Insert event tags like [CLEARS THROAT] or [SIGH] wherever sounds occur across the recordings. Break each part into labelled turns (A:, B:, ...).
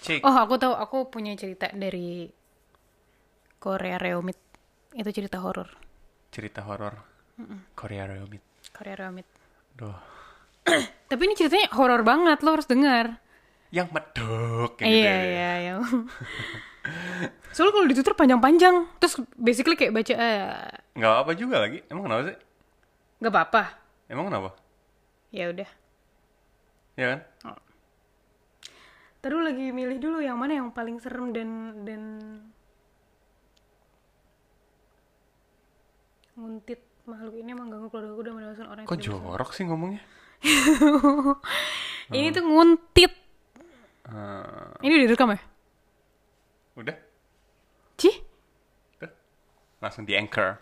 A: Cik.
B: Oh, aku tahu. Aku punya cerita dari Korea Reomit. Itu cerita horor.
A: Cerita horor. Korea Reomit.
B: Korea Reomit.
A: Duh.
B: Tapi ini ceritanya horor banget. Lo harus dengar.
A: Yang medok kayak gitu ya.
B: Iya, iya, iya. Soalnya kalau di Twitter panjang-panjang. Terus basically kayak baca... eh,
A: Nggak apa juga lagi. Emang kenapa sih?
B: nggak apa-apa.
A: Emang kenapa?
B: Ya udah.
A: Ya kan?
B: Terus lagi milih dulu yang mana yang paling serem dan dan nguntit makhluk ini mengganggu keluarga aku dan menewaskan orang yang
A: Kok
B: tidak
A: jorok sih ngomongnya?
B: bersalah. Ini tuh nguntit.
A: Eh,
B: Ini udah direkam ya?
A: udah.
B: Cih,
A: Udah. Langsung di Anchor.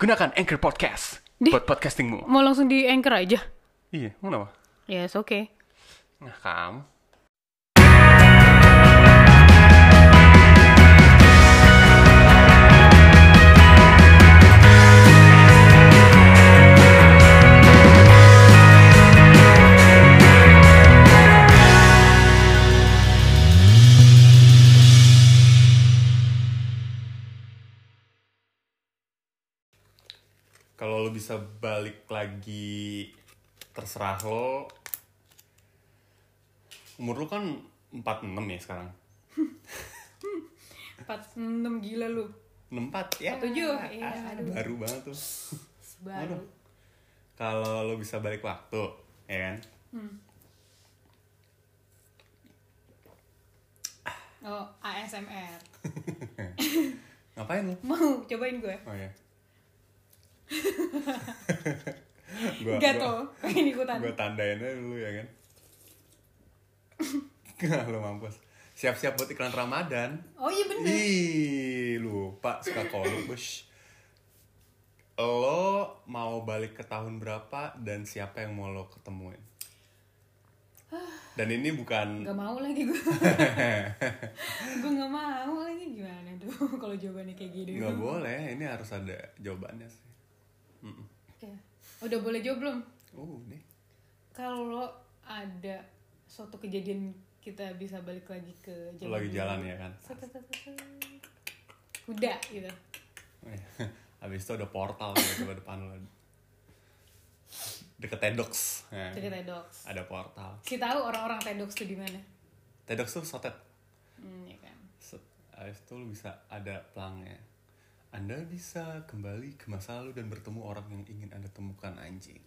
A: Gunakan Anchor Podcast
B: Di-
A: buat podcastingmu.
B: mau langsung di anchor aja?
A: Iya, emang kenapa?
B: Yes, oke.
A: Nah, kamu. Kalau lu bisa balik lagi terserah lo Umur lu kan 46 ya sekarang?
B: 46 gila lu.
A: 64 ya?
B: 47, iya,
A: Ah,
B: aduh.
A: Baru banget tuh
B: Baru.
A: Kalau lu bisa balik waktu, ya kan?
B: Oh, ASMR.
A: Ngapain lu?
B: Mau cobain gue?
A: Oh
B: [LAUGHS]
A: ya gua,
B: Enggak
A: gua,
B: tuh, [LAUGHS] pengen ikutan.
A: gua tandain aja dulu ya kan? [LAUGHS] Gak lu mampus Siap-siap buat iklan Ramadan
B: Oh iya bener.
A: Ih, lupa suka kolom, bos. Lo mau balik ke tahun berapa dan siapa yang mau lo ketemuin? Dan ini bukan
B: Gak mau lagi [LAUGHS] gue.
A: [LAUGHS]
B: gue gak mau lagi gimana tuh [LAUGHS] kalau jawabannya kayak gitu.
A: nggak boleh, ini harus ada jawabannya sih.
B: Oke. Udah boleh jawab belum?
A: Uh, nih.
B: Kalau ada suatu kejadian kita bisa balik lagi ke
A: Lo lagi
B: dulu.
A: jalan ya kan? [LAUGHS]
B: Set, set, set, set. Kuda gitu.
A: Habis itu ada portal di depan- depan lo. Deket Tedox. Ya.
B: Itu ke Tedox.
A: Ada portal.
B: Kita tahu orang-orang Tedox tuh di mana?
A: Tedox tuh sotet.
B: Hmm, ya kan.
A: Set, Habis itu lu bisa ada pelangnya. Anda bisa kembali ke masa lalu dan bertemu orang yang ingin Anda temukan anjing.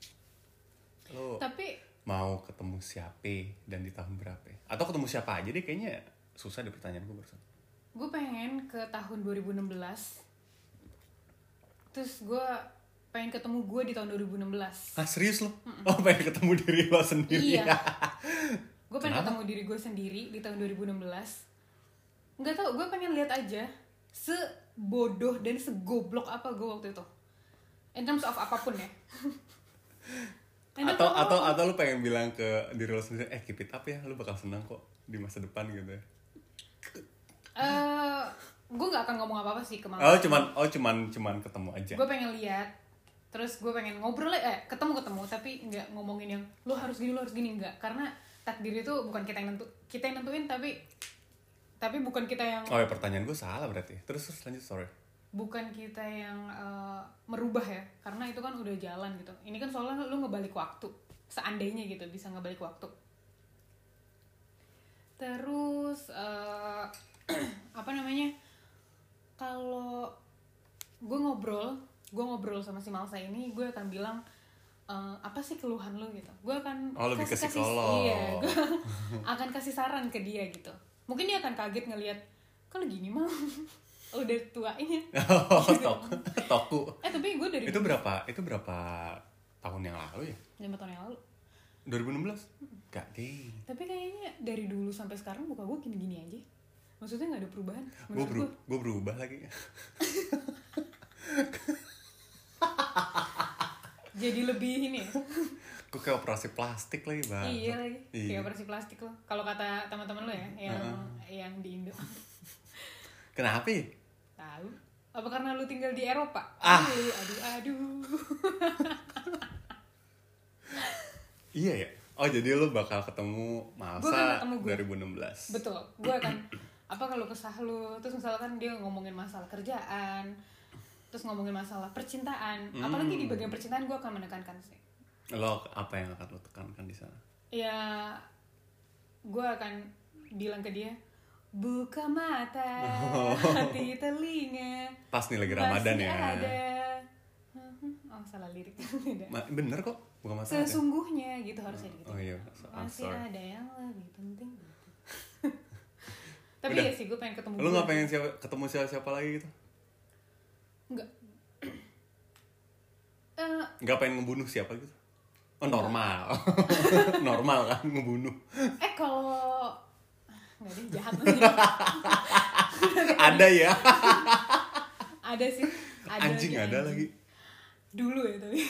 A: Lo
B: Tapi
A: mau ketemu siapa dan di tahun berapa? Atau ketemu siapa aja deh kayaknya susah deh pertanyaan gue barusan.
B: gue pengen ke tahun 2016 terus gue pengen ketemu gue di tahun 2016
A: Ah serius lo? Oh pengen ketemu diri lo sendiri? ya?
B: Iya. gue pengen
A: Kenapa?
B: ketemu diri gue sendiri di tahun 2016 nggak tau gue pengen lihat aja sebodoh dan segoblok apa gue waktu itu in terms of apapun ya In terms
A: atau
B: of
A: atau
B: apapun.
A: atau lu pengen bilang ke diri lo sendiri, eh keep it up ya, lu bakal senang kok di masa depan gitu ya.
B: Eh, gue nggak akan ngomong apa apa sih ke mama.
A: Oh cuman oh cuman cuman ketemu aja.
B: gue pengen lihat terus gue pengen ngobrol eh ketemu ketemu tapi nggak ngomongin yang lo harus gini lo harus gini nggak karena takdir itu bukan kita yang nentu kita yang nentuin tapi tapi bukan kita yang
A: Oh ya pertanyaan gue salah berarti. Terus terus lanjut sorry. [LAUGHS]
B: bukan kita yang eh, merubah ya karena itu kan udah jalan gitu ini kan soalnya lu ngebalik waktu seandainya gitu bisa ngebalik waktu terus eh, [CLEARS THROAT] apa namanya kalau gue ngobrol gue ngobrol sama si Malsa ini gue akan bilang eh, apa sih keluhan lu gitu gue akan
A: Oh, lebih ke
B: kasih- kasih-
A: psikolog.
B: iya gue [LAUGHS] akan kasih saran ke dia gitu mungkin dia akan kaget ngelihat kalau gini mah [LAUGHS] udah tua iya. ini
A: Oh, tok- toku.
B: eh tapi gue dari
A: Itu berapa? Itu berapa tahun yang lalu ya?
B: lima tahun yang lalu
A: 2016? Gak deh.
B: tapi kayaknya dari dulu sampai sekarang muka gue gini-gini aja maksudnya nggak ada perubahan
A: Gue
B: menurut
A: beru
B: gue
A: gua berubah lagi. [LAUGHS]
B: jadi lebih
A: [LAUGHS]
B: ini ya.
A: Gue kayak operasi plastik lagi, Bang.
B: iya lagi
A: Iya. Ah,
B: kayak operasi plastik lo kalau kata teman-teman lo ya yang yang di Indo
A: Kenapa ya?
B: tahu apa karena lu tinggal di Eropa
A: Ah.
B: aduh aduh aduh
A: Iya ya? Oh jadi lu bakal ketemu Malsa
B: Gua akan ketemu gua.
A: 2016.
B: betul gue akan apa kalau kesah lu terus misalkan dia ngomongin masalah kerjaan terus ngomongin masalah percintaan
A: Hmm.
B: apalagi di bagian percintaan gue akan menekankan sih
A: Lo apa yang akan lo tekankan di sana?
B: ya gue akan bilang ke dia buka mata hati telinga
A: Pas nih Oh. lagi Ramadan
B: masih
A: ya.
B: ada oh salah
A: [LAUGHS]
B: lirik tidak
A: Ma- bener kok, bukan masalah. ya?
B: sesungguhnya gitu harusnya gitu
A: Oh iya, I'm
B: masih
A: sorry.
B: ada yang lebih penting
A: [LAUGHS]
B: gitu. tapi
A: Udah.
B: ya sih gue pengen ketemu
A: Lu nggak
B: gua.
A: pengen siapa, ketemu siapa-siapa lagi gitu?
B: Enggak. Eh,
A: Nggak pengen ngebunuh siapa gitu? Oh normal, [LAUGHS] normal kan
B: [LAUGHS]
A: ngebunuh.
B: eh
A: [LAUGHS]
B: kalau Ah, nggak deh jahat nanti.
A: ada ya,
B: ada sih ada
A: anjing
B: aja,
A: ada
B: anjing.
A: lagi.
B: dulu ya tapi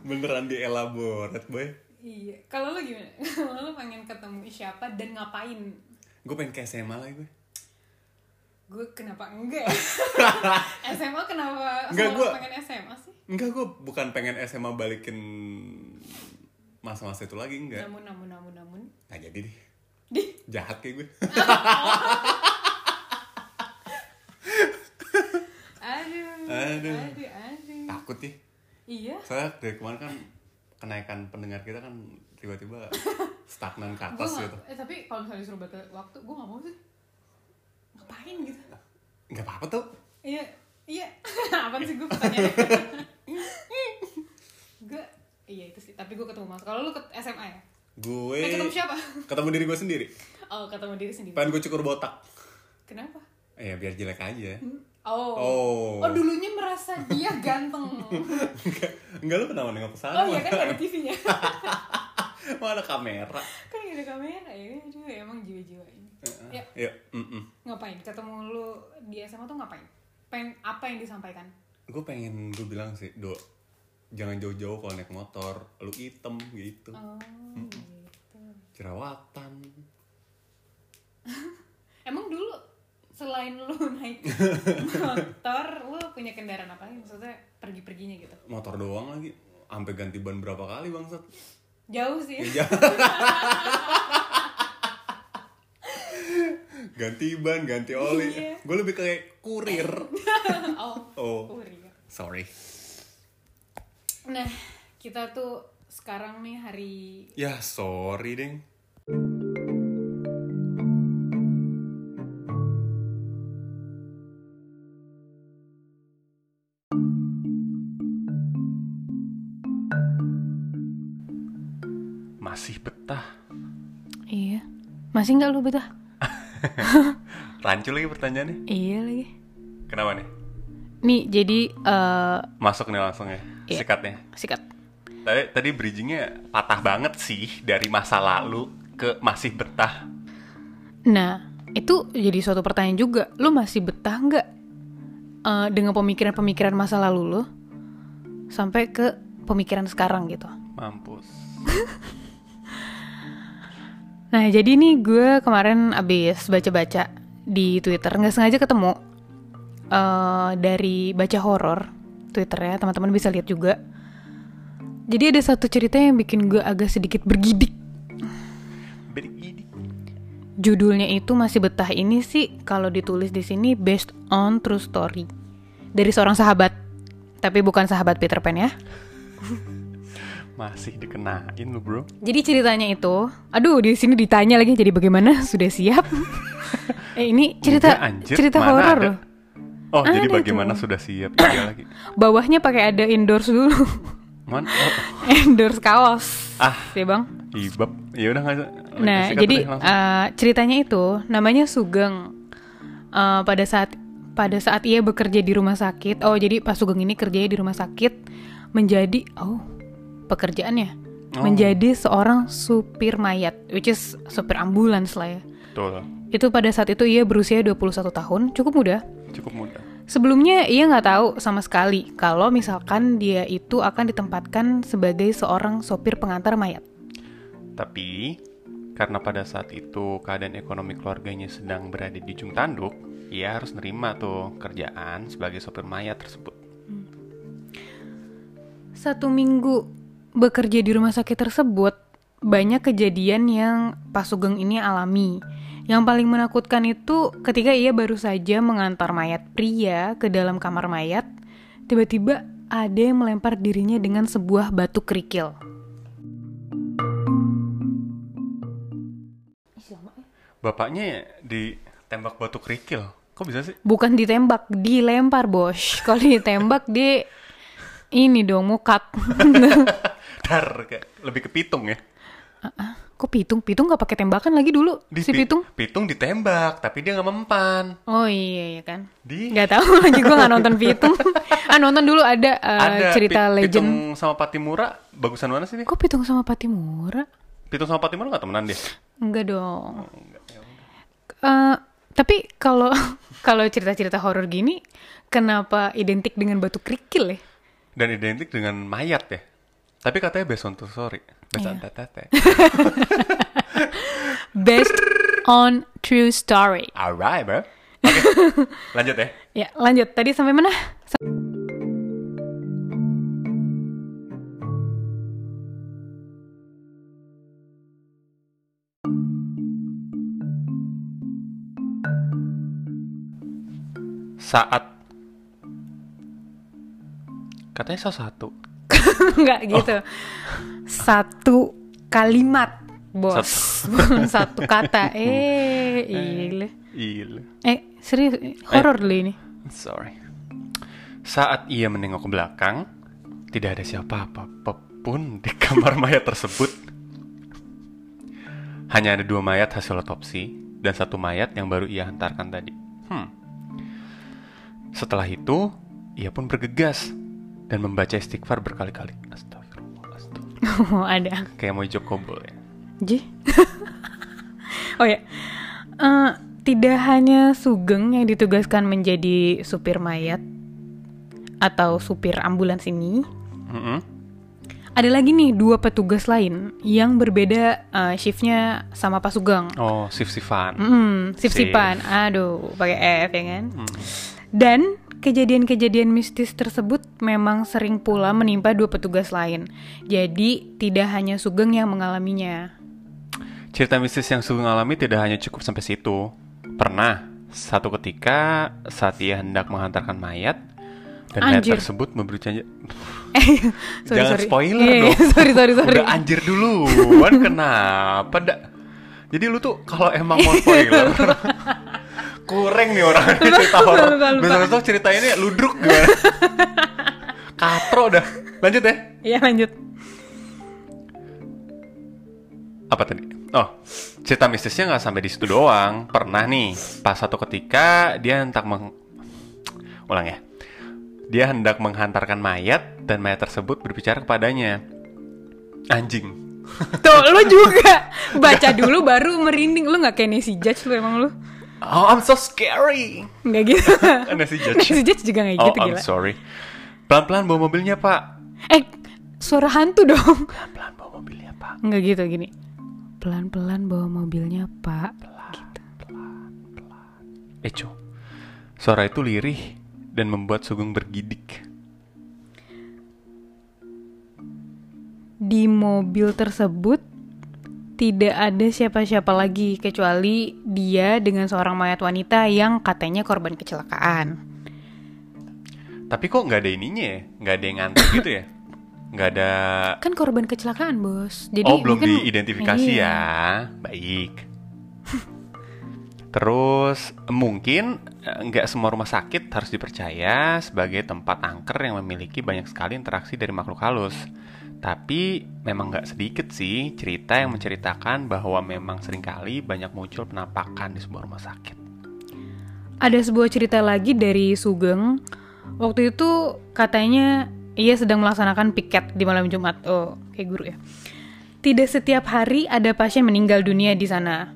A: Beneran dielaborate boy.
B: iya kalau lu gimana [LAUGHS] kalau lu pengen ketemu siapa dan ngapain
A: Gue pengen ke SMA lagi gue.
B: gue kenapa
A: [LAUGHS]
B: enggak ya? SMA kenapa
A: Enggak,
B: selalu
A: gua-
B: pengen SMA sih
A: Enggak, gue bukan pengen SMA balikin masa-masa itu lagi, enggak.
B: namun namun namun namun
A: Nggak jadi deh.
B: di
A: Jahat kayak gue.
B: aduh
A: Aduh.
B: aduh aduh
A: Takut ya.
B: iya
A: Soalnya dari kemarin kan kenaikan pendengar kita kan tiba-tiba stagnan ke
B: gue
A: atas gitu.
B: eh, tapi kalau misalnya disuruh batal waktu gue nggak mau sih ngapain gitu
A: Ah. Enggak apa-apa tuh.
B: Iya, iya. [LAUGHS] Apaan sih gue pertanyaannya?
A: [LAUGHS]
B: gue, iya itu sih. Tapi gue ketemu mas. Kalau lu ke SMA ya?
A: Gue
B: Eh, ketemu siapa?
A: Ketemu diri gue sendiri.
B: Oh, ketemu diri sendiri.
A: Pengen gue cukur botak.
B: Kenapa?
A: Eh, Ya biar jelek aja.
B: Oh.
A: Oh.
B: dulunya merasa dia ganteng.
A: Enggak, enggak lu pernah mendengar pesan?
B: oh iya kan gak ada TV-nya.
A: [LAUGHS] Mana kamera?
B: [LAUGHS] kan gak ada kamera ya. Aduh, emang jiwa-jiwa ini. Ya,
A: Yuk, mm-mm.
B: ngapain? Ketemu lu di SMA tuh ngapain? Pengen apa yang disampaikan?
A: Gue pengen gue bilang sih, Do, jangan jauh-jauh kalau naik motor, lu item gitu,
B: Oh, gitu.
A: jerawatan.
B: Emang dulu selain lu [LAUGHS] naik motor, lu punya kendaraan apa lagi? Maksudnya pergi-perginya gitu?
A: Motor doang lagi, sampai ganti ban berapa kali bangsat?
B: Jauh sih.
A: Ya, ganti ban, ganti oli.
B: Iya.
A: Gue lebih kayak kurir.
B: [LAUGHS] oh,
A: Oh,
B: kurir.
A: sorry.
B: Nah, kita tuh sekarang nih hari
A: Ya, sorry, Deng. Masih betah.
B: Iya. Masih nggak lu betah?
A: Rancul lagi pertanyaannya.
B: Iya lagi.
A: Kenapa nih?
B: Nih, jadi eh
A: Masuk nih langsung ya,
B: Iya.
A: sikatnya.
B: sikat.
A: Tadi, tadi bridgingnya patah banget sih dari masa lalu ke masih betah.
B: Nah, itu jadi suatu pertanyaan juga. Lu masih betah nggak eh, dengan pemikiran-pemikiran masa lalu lu sampai ke pemikiran sekarang gitu?
A: Mampus.
B: Nah, jadi nih gue kemarin abis baca-baca di Twitter, nggak sengaja ketemu eh, dari baca horor Twitter ya, teman-teman bisa lihat juga. Jadi ada satu cerita yang bikin gue agak sedikit bergidik.
A: Bergidik.
B: Judulnya itu masih betah ini sih kalau ditulis di sini based on true story dari seorang sahabat, tapi bukan sahabat Peter Pan ya.
A: Masih dikenain lu bro.
B: Jadi ceritanya itu, aduh di sini ditanya lagi jadi bagaimana [LAUGHS] sudah siap? eh ini cerita
A: Enggak, anjir,
B: cerita
A: mana
B: horor
A: ada?
B: loh.
A: Oh jadi
B: Ada
A: bagaimana sudah siap Iya lagi.
B: Bawahnya pakai ada endorse dulu. [LAUGHS]
A: Man, oh,
B: endorse kaos.
A: Ah.
B: Ya, Bang.
A: ibab. Ya udah nggak.
B: Nah,
A: sikat
B: jadi
A: deh langsung.
B: eh, ceritanya itu namanya Sugeng. Eh, pada saat pada saat ia bekerja di rumah sakit. Oh, jadi Pak Sugeng ini kerjanya di rumah sakit menjadi oh, pekerjaannya
A: Oh.
B: menjadi seorang supir mayat, which is supir ambulans lah ya.
A: Betul.
B: Itu pada saat itu ia berusia 21 tahun, cukup muda.
A: Cukup mudah.
B: Sebelumnya ia nggak tahu sama sekali kalau misalkan dia itu akan ditempatkan sebagai seorang sopir pengantar mayat.
A: Tapi karena pada saat itu keadaan ekonomi keluarganya sedang berada di ujung tanduk, ia harus nerima tuh kerjaan sebagai sopir mayat tersebut.
B: satu minggu bekerja di rumah sakit tersebut, banyak kejadian yang Pak Sugeng ini alami. Yang paling menakutkan itu ketika ia baru saja mengantar mayat pria ke dalam kamar mayat, tiba-tiba ada yang melempar dirinya dengan sebuah batu kerikil.
A: Bapaknya ditembak batu kerikil. Kok bisa sih? [LAUGHS]
B: Bukan ditembak, dilempar bos. [LAUGHS] Kalau ditembak dia ini dong mukat. [LAUGHS]
A: Dar, kayak lebih ke pitung ya.
B: Ah, Kok pitung? Pitung nggak pakai tembakan lagi dulu
A: Di
B: si
A: pi-
B: pitung?
A: Pitung ditembak, tapi dia nggak mempan.
B: Oh iya iya kan.
A: Di
B: Gak tahu [LAUGHS] lagi gue gak nonton [LAUGHS] Pitung. ah nonton dulu ada, eh, cerita
A: Pi-
B: legend.
A: Pitung sama Patimura, bagusan mana sih? Pi?
B: Kok Pitung sama Patimura?
A: Pitung sama Patimura nggak temenan dia?
B: Enggak dong. Eh, tapi kalau [LAUGHS] kalau cerita-cerita horor gini, kenapa identik dengan batu kerikil ya?
A: Dan identik dengan mayat ya. Tapi katanya based on true story. Based
B: Iya.
A: on tatete.
B: Based on true story.
A: Alright, bro. Oke, lanjut ya.
B: Ya lanjut tadi sampai mana? [LAUGHS] Sa-
A: Saat katanya salah satu,
B: Enggak gitu. Satu kalimat bos Bukan [LAUGHS] satu kata eh iya
A: il,
B: eh serius horor dulu ini [LAUGHS]
A: sorry. Saat ia menengok ke belakang, tidak ada siapa-apa pun di kamar mayat tersebut. Hanya ada dua mayat hasil otopsi dan satu mayat yang baru ia hantarkan tadi. Hmm. Setelah itu, ia pun bergegas dan membaca istighfar berkali-kali. Astagfirullah, astagfirullah.
B: Oh, ada.
A: Kayak mau jokobol ya.
B: Ji. [LAUGHS] oh ya. Eh, tidak hanya Sugeng yang ditugaskan menjadi supir mayat atau supir ambulans ini,
A: Mm-mm.
B: ada lagi nih dua petugas lain yang berbeda eh, shiftnya sama Pak Sugeng.
A: Oh, sif-sifan.
B: Mm, sip-sipan. Aduh, pakai F ya kan? Dan kejadian-kejadian mistis tersebut memang sering pula menimpa dua petugas lain. Jadi tidak hanya Sugeng yang mengalaminya.
A: Cerita mistis yang Sugeng alami tidak hanya cukup sampai situ. Pernah, satu ketika saat ia hendak menghantarkan mayat, dan mayat
B: Anjir.
A: tersebut memberi janji...
B: Eh, sorry,
A: Jangan
B: sorry.
A: spoiler
B: Iya, iya,
A: dong.
B: sorry, sorry, sorry.
A: Udah anjir dulu. Wan
B: [LAUGHS]
A: kenapa? Da? Jadi lu tuh kalau emang mau spoiler,
B: [LAUGHS]
A: kurang nih orang cerita
B: lupa,
A: horor.
B: lupa, lupa.
A: Besok-besok cerita ini ludruk
B: [LAUGHS]
A: gimana? Katro dah. Lanjut ya.
B: Iya, lanjut.
A: apa tadi? Oh, cerita mistisnya nggak sampai di situ doang. Pernah nih, pas satu ketika dia hendak meng... Ulang ya. Dia hendak menghantarkan mayat dan mayat tersebut berbicara kepadanya. Anjing.
B: Tuh, lu juga baca dulu baru merinding. Lu nggak kayak Nancy Judge lu emang lu?
A: Oh, I'm so scary.
B: Nggak gitu.
A: [LAUGHS] Nancy Judge.
B: Nancy Judge juga nggak
A: Oh,
B: gitu
A: I'm
B: gila.
A: sorry. Pelan-pelan bawa mobilnya, Pak.
B: Eh, suara hantu dong.
A: Pelan-pelan bawa mobilnya, Pak.
B: Nggak gitu gini. Pelan-pelan bawa mobilnya, Pak. Gitu.
A: Eco. Suara itu lirih dan membuat Sugeng bergidik.
B: Di mobil tersebut tidak ada siapa-siapa lagi kecuali dia dengan seorang mayat wanita yang katanya korban kecelakaan.
A: Tapi kok nggak ada ininya ya? Nggak ada yang nganter gitu ya? Nggak ada
B: Kan korban kecelakaan, Bos. Jadi
A: oh belum
B: mungkin-
A: diidentifikasi
B: Iya.
A: ya, baik. Terus mungkin eh, nggak semua rumah sakit harus dipercaya sebagai tempat angker yang memiliki banyak sekali interaksi dari makhluk halus. Tapi memang nggak sedikit sih cerita yang menceritakan bahwa memang seringkali banyak muncul penampakan di sebuah rumah sakit.
B: Ada sebuah cerita lagi dari Sugeng. Waktu itu katanya ia sedang melaksanakan piket di malam Jumat. Oh, kayak guru ya. Tidak setiap hari ada pasien meninggal dunia di sana.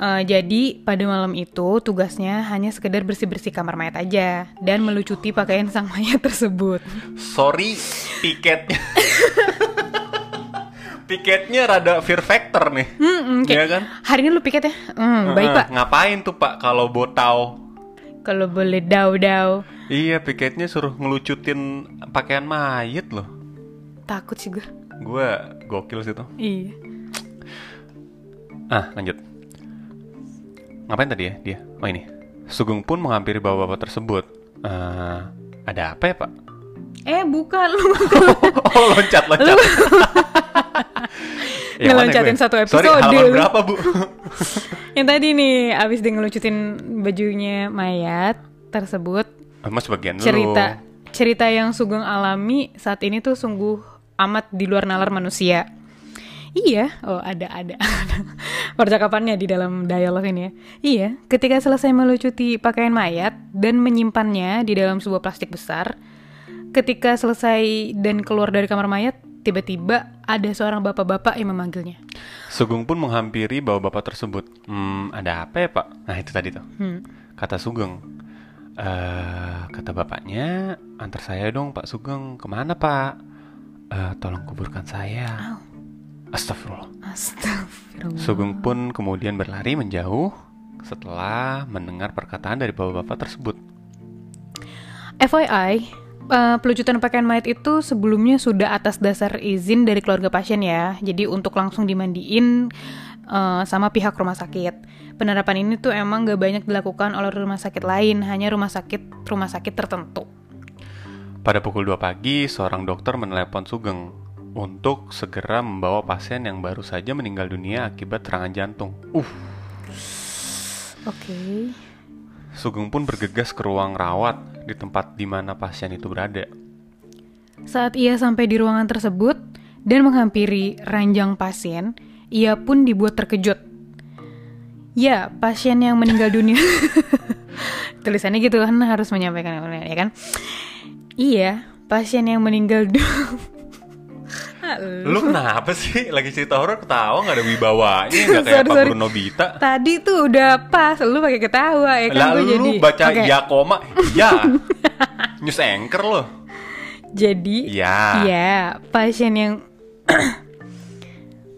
B: Eh, jadi pada malam itu tugasnya hanya sekedar bersih-bersih kamar mayat aja dan melucuti pakaian sang mayat tersebut.
A: Sorry, piketnya. [LAUGHS] piketnya rada fear factor nih.
B: Hmm,
A: Iya
B: kayak,
A: kan?
B: Hari ini lu piket ya? Hmm, baik
A: Eh,
B: pak.
A: Ngapain tuh pak kalau botau?
B: Kalau boleh dau-dau.
A: Iya, piketnya suruh ngelucutin pakaian mayit loh.
B: Takut sih gue.
A: Gue gokil sih tuh.
B: Iya.
A: Ah, lanjut. Ngapain tadi ya dia? Oh ini. Sugeng pun menghampiri bapak-bapak tersebut. Eh, ada apa ya pak? [LAUGHS]
B: Eh bukan lu
A: oh loncat loncat. [LAUGHS] Yang mana
B: Ngeloncatin
A: gue?
B: satu
A: Sorry,
B: episode
A: halaman
B: lu.
A: berapa bu? [LAUGHS]
B: yang tadi nih abis dia ngelucutin bajunya mayat tersebut
A: Eh, Mas bagian lu.
B: cerita cerita yang Sugeng alami saat ini tuh sungguh amat di luar nalar manusia. Iya, oh ada ada [LAUGHS] percakapannya di dalam dialog ini ya. Iya, ketika selesai melucuti pakaian mayat dan menyimpannya di dalam sebuah plastik besar, ketika selesai dan keluar dari kamar mayat, tiba-tiba ada seorang bapak-bapak yang memanggilnya.
A: Sugeng pun menghampiri bapak-bapak tersebut. Hmm, ada apa ya pak? Nah itu tadi tuh.
B: Hmm.
A: Kata Sugeng. Eh, kata bapaknya, antar saya dong Pak Sugeng. Kemana Pak? "Eh, tolong kuburkan saya.
B: Au.
A: Astagfirullah.
B: Astagfirullah.
A: Sugeng pun kemudian berlari menjauh setelah mendengar perkataan dari bapak-bapak tersebut.
B: FYI, eh, pelucutan pakaian mayat itu sebelumnya sudah atas dasar izin dari keluarga pasien ya. Jadi untuk langsung dimandiin eh, sama pihak rumah sakit. Penerapan ini tuh emang gak banyak dilakukan oleh rumah sakit lain, hanya rumah sakit rumah sakit tertentu.
A: Pada pukul 2 pagi, seorang dokter menelepon Sugeng untuk segera membawa pasien yang baru saja meninggal dunia akibat serangan jantung. Uh,
B: Oke.
A: Sugeng pun bergegas ke ruang rawat di tempat di mana pasien itu berada.
B: Saat ia sampai di ruangan tersebut dan menghampiri ranjang pasien, ia pun dibuat terkejut. Ya, pasien yang meninggal dunia. [LAUGHS] Tulisannya gitu kan harus menyampaikan ya kan? Iya, pasien yang meninggal dunia.
A: Lu kenapa sih? Lagi cerita horor ketawa nggak ada [LAUGHS] wibawanya, nggak kayak
B: Sorry,
A: Pak
B: sorry.
A: Bruno Bita.
B: [LAUGHS] Tadi tuh udah pas, lu pakai ketawa ya kan? Gua
A: Lalu lu
B: jadi
A: baca
B: Oke,
A: ya koma,
B: [LAUGHS]
A: ya. News anchor loh.
B: Jadi
A: Ya.
B: Iya, pasien yang [COUGHS]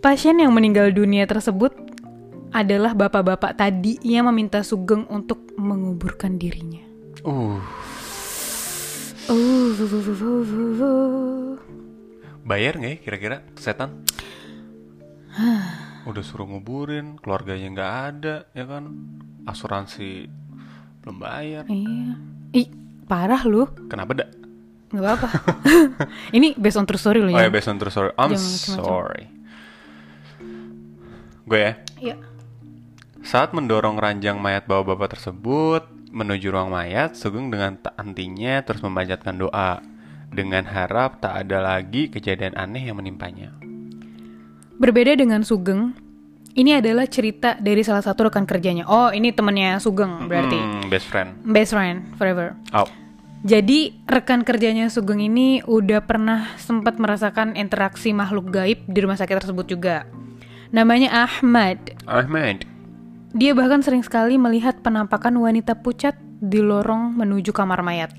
B: pasien yang meninggal dunia tersebut adalah bapak-bapak tadi yang meminta Sugeng untuk menguburkan dirinya.
A: Uh,
B: Uh, wuh, wuh, wuh, wuh, wuh, wuh.
A: bayar nggak ya kira-kira
B: [SIGHS]
A: setan? Udah suruh nguburin, keluarganya nggak ada, ya kan? Asuransi belum bayar.
B: Iya. Ih, parah lu.
A: Kenapa dak?
B: Gak apa-apa.
A: [LAUGHS]
B: Ini based on true story loh
A: Oh ya,
B: ya.
A: based on true story. I'm
B: Jangan macem-macem.
A: sorry. Gue ya.
B: Iya.
A: Saat mendorong ranjang mayat bapak-bapak tersebut menuju ruang mayat, Sugeng dengan tak hentinya terus memanjatkan doa dengan harap tak ada lagi kejadian aneh yang menimpanya.
B: Berbeda dengan Sugeng, ini adalah cerita dari salah satu rekan kerjanya. Oh, ini temannya Sugeng berarti.
A: Hmm, best friend.
B: Best friend forever.
A: Oh,
B: Jadi rekan kerjanya Sugeng ini udah pernah sempat merasakan interaksi makhluk gaib di rumah sakit tersebut juga. Namanya Ahmad.
A: Ahmed.
B: Dia bahkan sering sekali melihat penampakan wanita pucat di lorong menuju kamar mayat.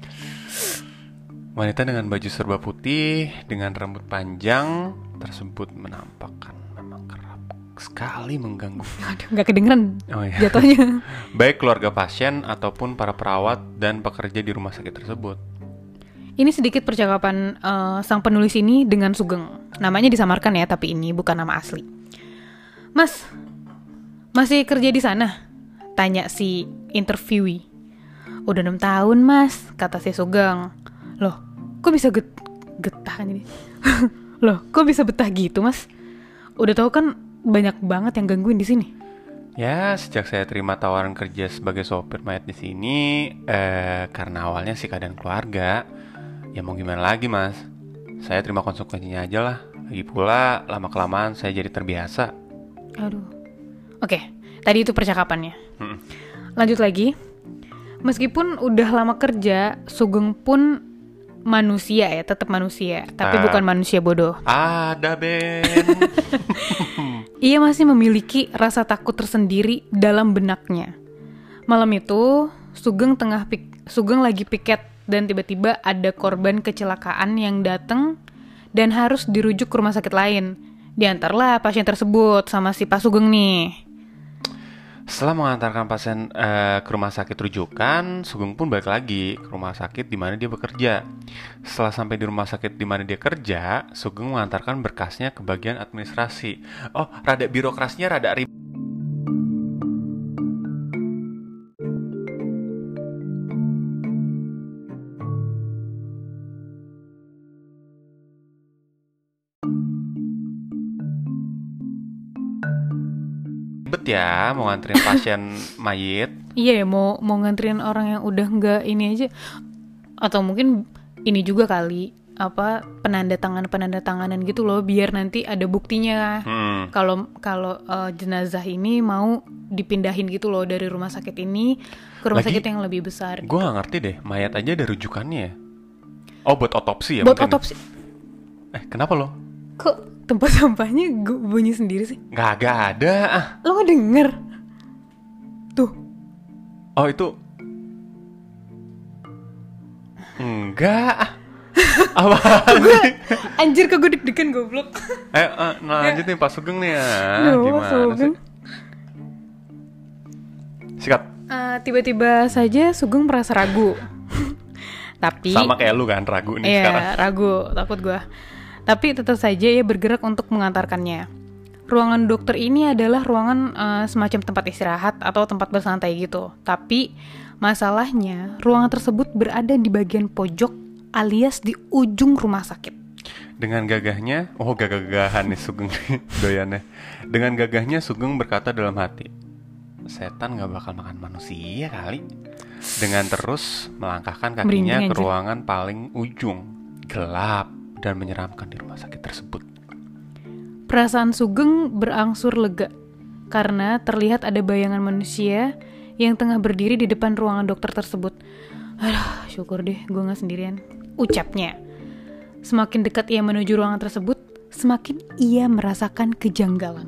A: Wanita dengan baju serba putih dengan rambut panjang tersebut menampakkan memang kerap sekali mengganggu.
B: Aduh, nggak kedengeran
A: Oh iya. [LAUGHS]
B: jatuhnya.
A: Baik keluarga pasien ataupun para perawat dan pekerja di rumah sakit tersebut.
B: Ini sedikit percakapan eh, sang penulis ini dengan Sugeng. Namanya disamarkan ya, tapi ini bukan nama asli. Mas, masih kerja di sana? Tanya si interviewee. Udah enam tahun, Mas, kata si Sugeng. Loh, kok bisa get getah kan ini? [LAUGHS] Loh, kok bisa betah gitu, Mas? Udah tahu kan banyak banget yang gangguin di sini.
A: Ya, sejak saya terima tawaran kerja sebagai sopir mayat di sini, eh, karena awalnya sih keadaan keluarga, ya mau gimana lagi mas? Saya terima konsekuensinya aja lah. Lagi pula, lama-kelamaan saya jadi terbiasa.
B: Aduh. Oke, tadi itu percakapannya.
A: Mm-mm.
B: Lanjut lagi. Meskipun udah lama kerja, Sugeng pun manusia ya, tetap manusia, tapi
A: Tetap.
B: bukan manusia bodoh.
A: Ada Ben.
B: Ia masih memiliki rasa takut tersendiri dalam benaknya. Malam itu, Sugeng tengah pik- Sugeng lagi piket dan tiba-tiba ada korban kecelakaan yang datang dan harus dirujuk ke rumah sakit lain. Diantarlah pasien tersebut sama si Pak Sugeng nih.
A: Setelah mengantarkan pasien eh, ke rumah sakit rujukan, Sugeng pun balik lagi ke rumah sakit di mana dia bekerja. Setelah sampai di rumah sakit di mana dia kerja, Sugeng mengantarkan berkasnya ke bagian administrasi. Oh, rada birokrasinya rada ribet. Ribet ya mau nganterin pasien mayit
B: Iya ya, mau mau nganterin orang yang udah nggak ini aja atau mungkin ini juga kali apa penanda tangan penanda tanganan gitu loh biar nanti ada buktinya
A: hmm.
B: kalau kalau eh, jenazah ini mau dipindahin gitu loh dari rumah sakit ini ke rumah
A: Lagi-
B: sakit yang lebih besar
A: Gue gak ngerti deh, mayat aja ada rujukannya ya? Oh, buat otopsi ya
B: buat
A: mungkin?
B: otopsi
A: Eh, kenapa lo?
B: kok tempat [LAUGHS] sampahnya gu- bunyi sendiri sih
A: Gak, gak ada ah.
B: lo nggak denger tuh
A: Oh, itu... Enggak
B: [LAUGHS]
A: ah. Apaan sih?
B: anjir kok gue deg-degan goblok
A: Eh, eh, nah, lanjut nih Pak Sugeng nih ya
B: Aduh,
A: Gimana
B: Sugeng.
A: sih? Sikat,
B: Eh, tiba-tiba saja Sugeng merasa ragu [LAUGHS] tapi
A: sama kayak lu kan, ragu nih
B: Iya,
A: sekarang
B: ragu, takut gua. Tapi tetap saja ia bergerak untuk mengantarkannya. Ruangan dokter ini adalah ruangan eh, semacam tempat istirahat atau tempat bersantai gitu. Tapi masalahnya, ruangan tersebut berada di bagian pojok alias di ujung rumah sakit.
A: Dengan gagahnya, oh gagah-gagahan nih Sugeng nih, [LAUGHS] doyannya. Dengan gagahnya Sugeng berkata dalam hati, setan gak bakal makan manusia kali. Dengan terus melangkahkan kakinya
B: Merinding
A: ke
B: aja.
A: ruangan paling ujung, gelap dan menyeramkan di rumah sakit tersebut.
B: Perasaan Sugeng berangsur lega karena terlihat ada bayangan manusia yang tengah berdiri di depan ruangan dokter tersebut. Aduh, syukur deh gue gak sendirian. Ucapnya. Semakin dekat ia menuju ruangan tersebut, semakin ia merasakan kejanggalan.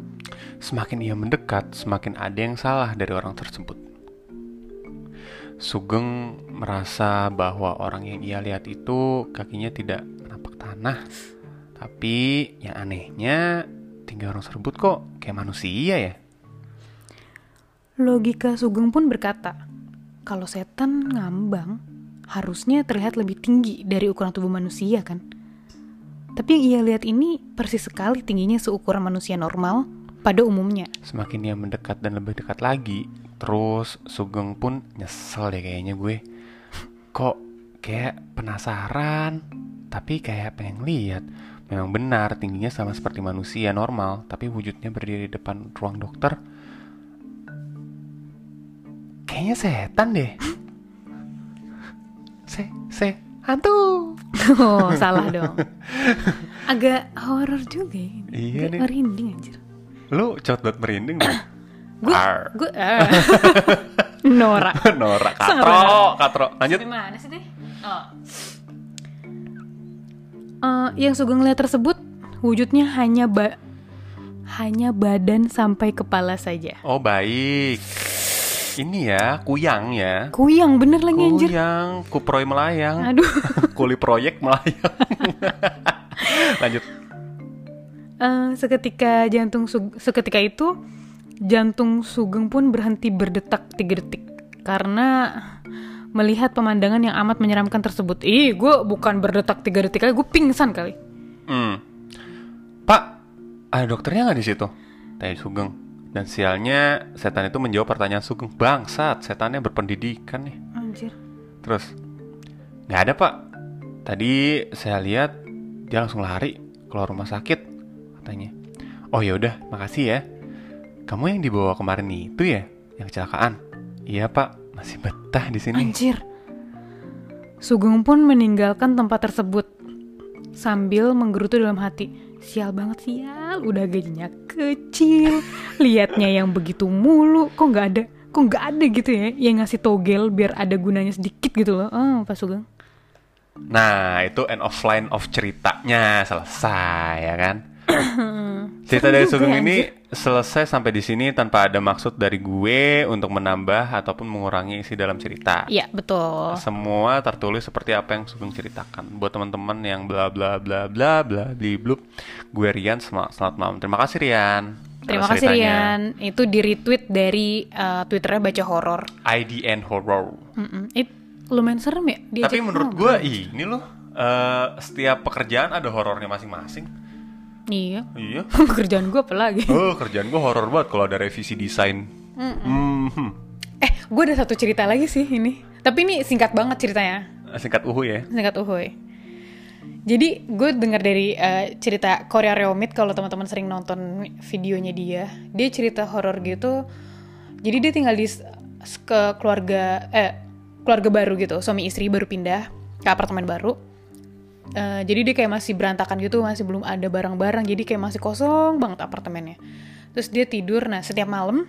A: Semakin ia mendekat, semakin ada yang salah dari orang tersebut. Sugeng merasa bahwa orang yang ia lihat itu kakinya tidak menapak tanah. Tapi yang anehnya, tinggi orang tersebut kok kayak manusia ya.
B: Logika Sugeng pun berkata, kalau setan ngambang, harusnya terlihat lebih tinggi dari ukuran tubuh manusia kan? Tapi yang ia lihat ini persis sekali tingginya seukuran manusia normal pada umumnya.
A: Semakin dia mendekat dan lebih dekat lagi, terus Sugeng pun nyesel deh kayaknya gue. Kok kayak penasaran, tapi kayak pengen lihat. Memang benar tingginya sama seperti manusia normal, tapi wujudnya berdiri di depan ruang dokter. Kayaknya setan deh. Se, se, hantu.
B: [LAUGHS] Oh,
A: [LAUGHS]
B: salah dong. Agak horor juga ya. ini.
A: Iya
B: Agak
A: nih.
B: Merinding anjir.
A: Lu cot merinding deh.
B: Gue
A: Arr. [LAUGHS]
B: gue [LAUGHS] ah. Nora.
A: Norak
B: Sangat
A: katro, katro. Lanjut.
B: Sampai mana sih, Teh? Oh. Eh, yang Sugeng lihat tersebut wujudnya hanya ba- hanya badan sampai kepala saja.
A: Oh baik. Ini ya kuyang ya.
B: Kuyang bener lagi anjir.
A: Kuyang, kuproy
B: [LAUGHS]
A: melayang,
B: Aduh.
A: kuli proyek melayang. [LAUGHS] Lanjut.
B: Eh, seketika jantung Sug- seketika itu jantung Sugeng pun berhenti berdetak tiga detik karena melihat pemandangan yang amat menyeramkan tersebut. Ih, gue bukan berdetak tiga detik kali, gue pingsan kali.
A: Hmm. Pak, ada dokternya nggak di situ? Tanya Sugeng. Dan sialnya setan itu menjawab pertanyaan Sugeng. Bangsat, setannya berpendidikan nih.
B: Anjir.
A: Terus, nggak ada pak. Tadi saya lihat dia langsung lari keluar rumah sakit, katanya. Oh ya udah, makasih ya. Kamu yang dibawa kemarin itu ya, yang kecelakaan? Iya pak, masih betah di sini.
B: Anjir. Sugeng pun meninggalkan tempat tersebut sambil menggerutu dalam hati. Sial banget sial, udah gajinya kecil, liatnya yang begitu mulu, kok nggak ada, kok nggak ada gitu ya, yang ngasih togel biar ada gunanya sedikit gitu loh. Oh, Pak Sugeng.
A: Nah, itu end of line of ceritanya selesai ya
B: [COUGHS]
A: kan? Cerita dari
B: Serem juga
A: Sugeng
B: ya,
A: ini selesai sampai di sini tanpa ada maksud dari gue untuk menambah ataupun mengurangi isi dalam cerita.
B: Iya betul.
A: Semua tertulis seperti apa yang Sugeng ceritakan. Buat teman-teman yang bla bla bla bla bla di blub, gue Rian selamat, selamat malam. Terima kasih Rian.
B: Terima kasih Rian. Itu di retweet dari eh, twitternya baca horor.
A: IDN Horror.
B: Mm-mm. It lumayan serem ya. Dia
A: Tapi menurut [LAUGHS] gue ini loh eh, setiap pekerjaan ada horornya masing-masing.
B: Iya. [LAUGHS]
A: Iya.
B: Kerjaan gue apa
A: [LAUGHS]
B: lagi?
A: Oh kerjaan gue horor banget kalau ada revisi desain. Mhm.
B: Eh, gue ada satu cerita lagi sih ini. Tapi ini singkat banget ceritanya.
A: Singkat uhu ya.
B: Singkat uhuy. Jadi gue dengar dari eh, cerita Korea Reomit kalau teman-teman sering nonton videonya dia, dia cerita horor gitu. Jadi dia tinggal di s- s- ke keluarga eh keluarga baru gitu, suami istri baru pindah ke apartemen baru. Eh, jadi dia kayak masih berantakan gitu, masih belum ada barang-barang, jadi kayak masih kosong banget apartemennya. Terus dia tidur, nah setiap malam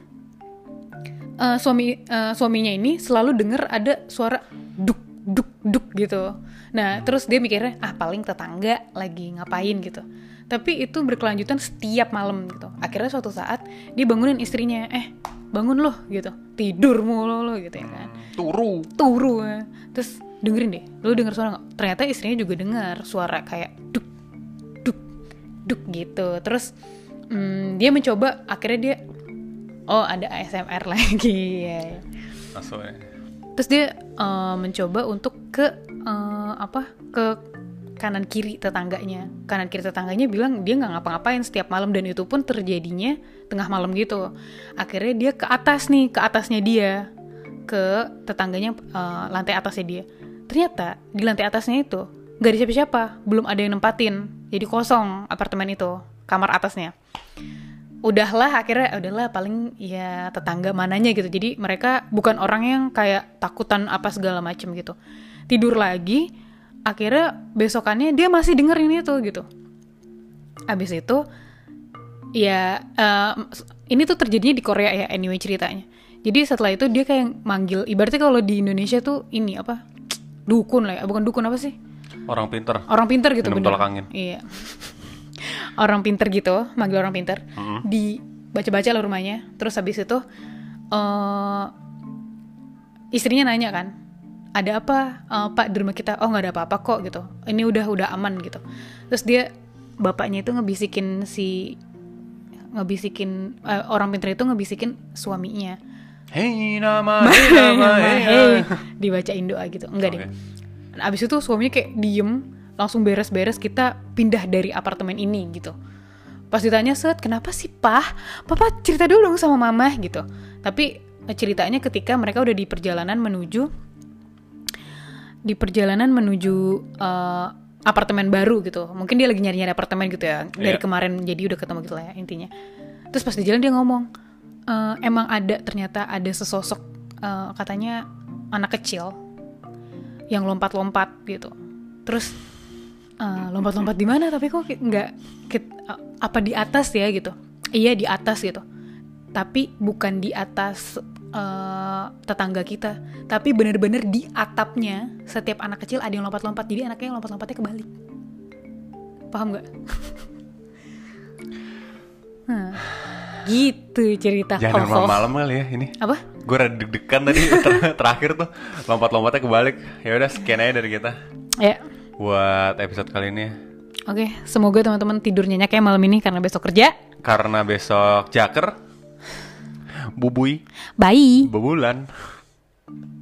B: eh, suami eh, suaminya ini selalu dengar ada suara duk duk duk gitu. Nah, terus dia mikirnya ah paling tetangga lagi ngapain gitu. Tapi itu berkelanjutan setiap malam gitu. Akhirnya suatu saat dia bangunin istrinya, "Eh, bangun loh." gitu. "Tidur mulu lo." gitu ya kan.
A: Turu.
B: Turu. Terus dengerin deh. Lu denger suara nggak? Ternyata istrinya juga dengar suara kayak duk duk duk gitu terus mm, dia mencoba akhirnya dia oh ada ASMR [LAUGHS] lagi ya.
A: Langsung ya.
B: terus dia eh, mencoba untuk ke eh, apa ke kanan kiri tetangganya kanan kiri tetangganya bilang dia nggak ngapa-ngapain setiap malam dan itu pun terjadinya tengah malam gitu akhirnya dia ke atas nih ke atasnya dia ke tetangganya eh, lantai atasnya dia ternyata di lantai atasnya itu nggak ada siapa-siapa belum ada yang nempatin jadi kosong apartemen itu kamar atasnya udahlah akhirnya "Ah, udahlah paling ya tetangga mananya gitu jadi mereka bukan orang yang kayak takutan apa segala macem gitu tidur lagi akhirnya besokannya dia masih dengerin itu gitu abis itu ya em, s- ini tuh terjadinya di Korea ya anyway ceritanya jadi setelah itu dia kayak manggil ibaratnya kalau di Indonesia tuh ini apa dukun lah ya bukan dukun apa sih
A: Orang pinter.
B: orang pinter gitu
A: Minum
B: bener.
A: tolak angin.
B: iya orang pinter gitu manggil orang pinter
A: Hmm.
B: di baca-baca lah rumahnya terus habis itu eh istrinya nanya kan ada apa Eh, pak di rumah kita oh nggak ada apa-apa kok gitu ini udah udah aman gitu terus dia bapaknya itu ngebisikin si ngebisikin eh, orang pinter itu ngebisikin suaminya
A: Hei
B: [LAUGHS]
A: nama, hei nama, hei
B: Hey,
A: nama.
B: Iya. dibacain doa gitu enggak deh
A: Oke.
B: Dan abis itu suaminya kayak diem langsung beres-beres kita pindah dari apartemen ini gitu pas ditanya set kenapa sih pah papa cerita dulu dong sama mama gitu tapi eh, ceritanya ketika mereka udah di perjalanan menuju di perjalanan menuju eh, apartemen baru gitu. Mungkin dia lagi nyari-nyari apartemen gitu ya. Dari
A: Iya.
B: kemarin jadi udah ketemu gitu lah ya intinya. Terus pas di jalan dia ngomong, "E, emang ada ternyata ada sesosok eh, katanya anak kecil yang lompat-lompat gitu. Terus "Eh, lompat-lompat di mana tapi kok ki- nggak kit- eh, apa di atas ya gitu. Iya di atas gitu. Tapi bukan di atas eh, tetangga kita, tapi bener-bener di atapnya setiap anak kecil ada yang lompat-lompat. Jadi anaknya yang lompat-lompatnya kebalik. Paham nggak? [LAUGHS] Nah, gitu cerita
A: Jangan
B: Ovo.
A: malam-malam kali ya ini.
B: Apa?
A: Gue rada deg-degan tadi [LAUGHS] ter- terakhir tuh lompat-lompatnya kebalik. Ya udah sekian aja dari kita
B: Ya.
A: buat episode kali ini.
B: Oke, semoga teman-teman tidur nyenyak ya malam ini karena besok kerja.
A: Karena besok Jaker, Bubuy,
B: Bye.
A: Bebulan.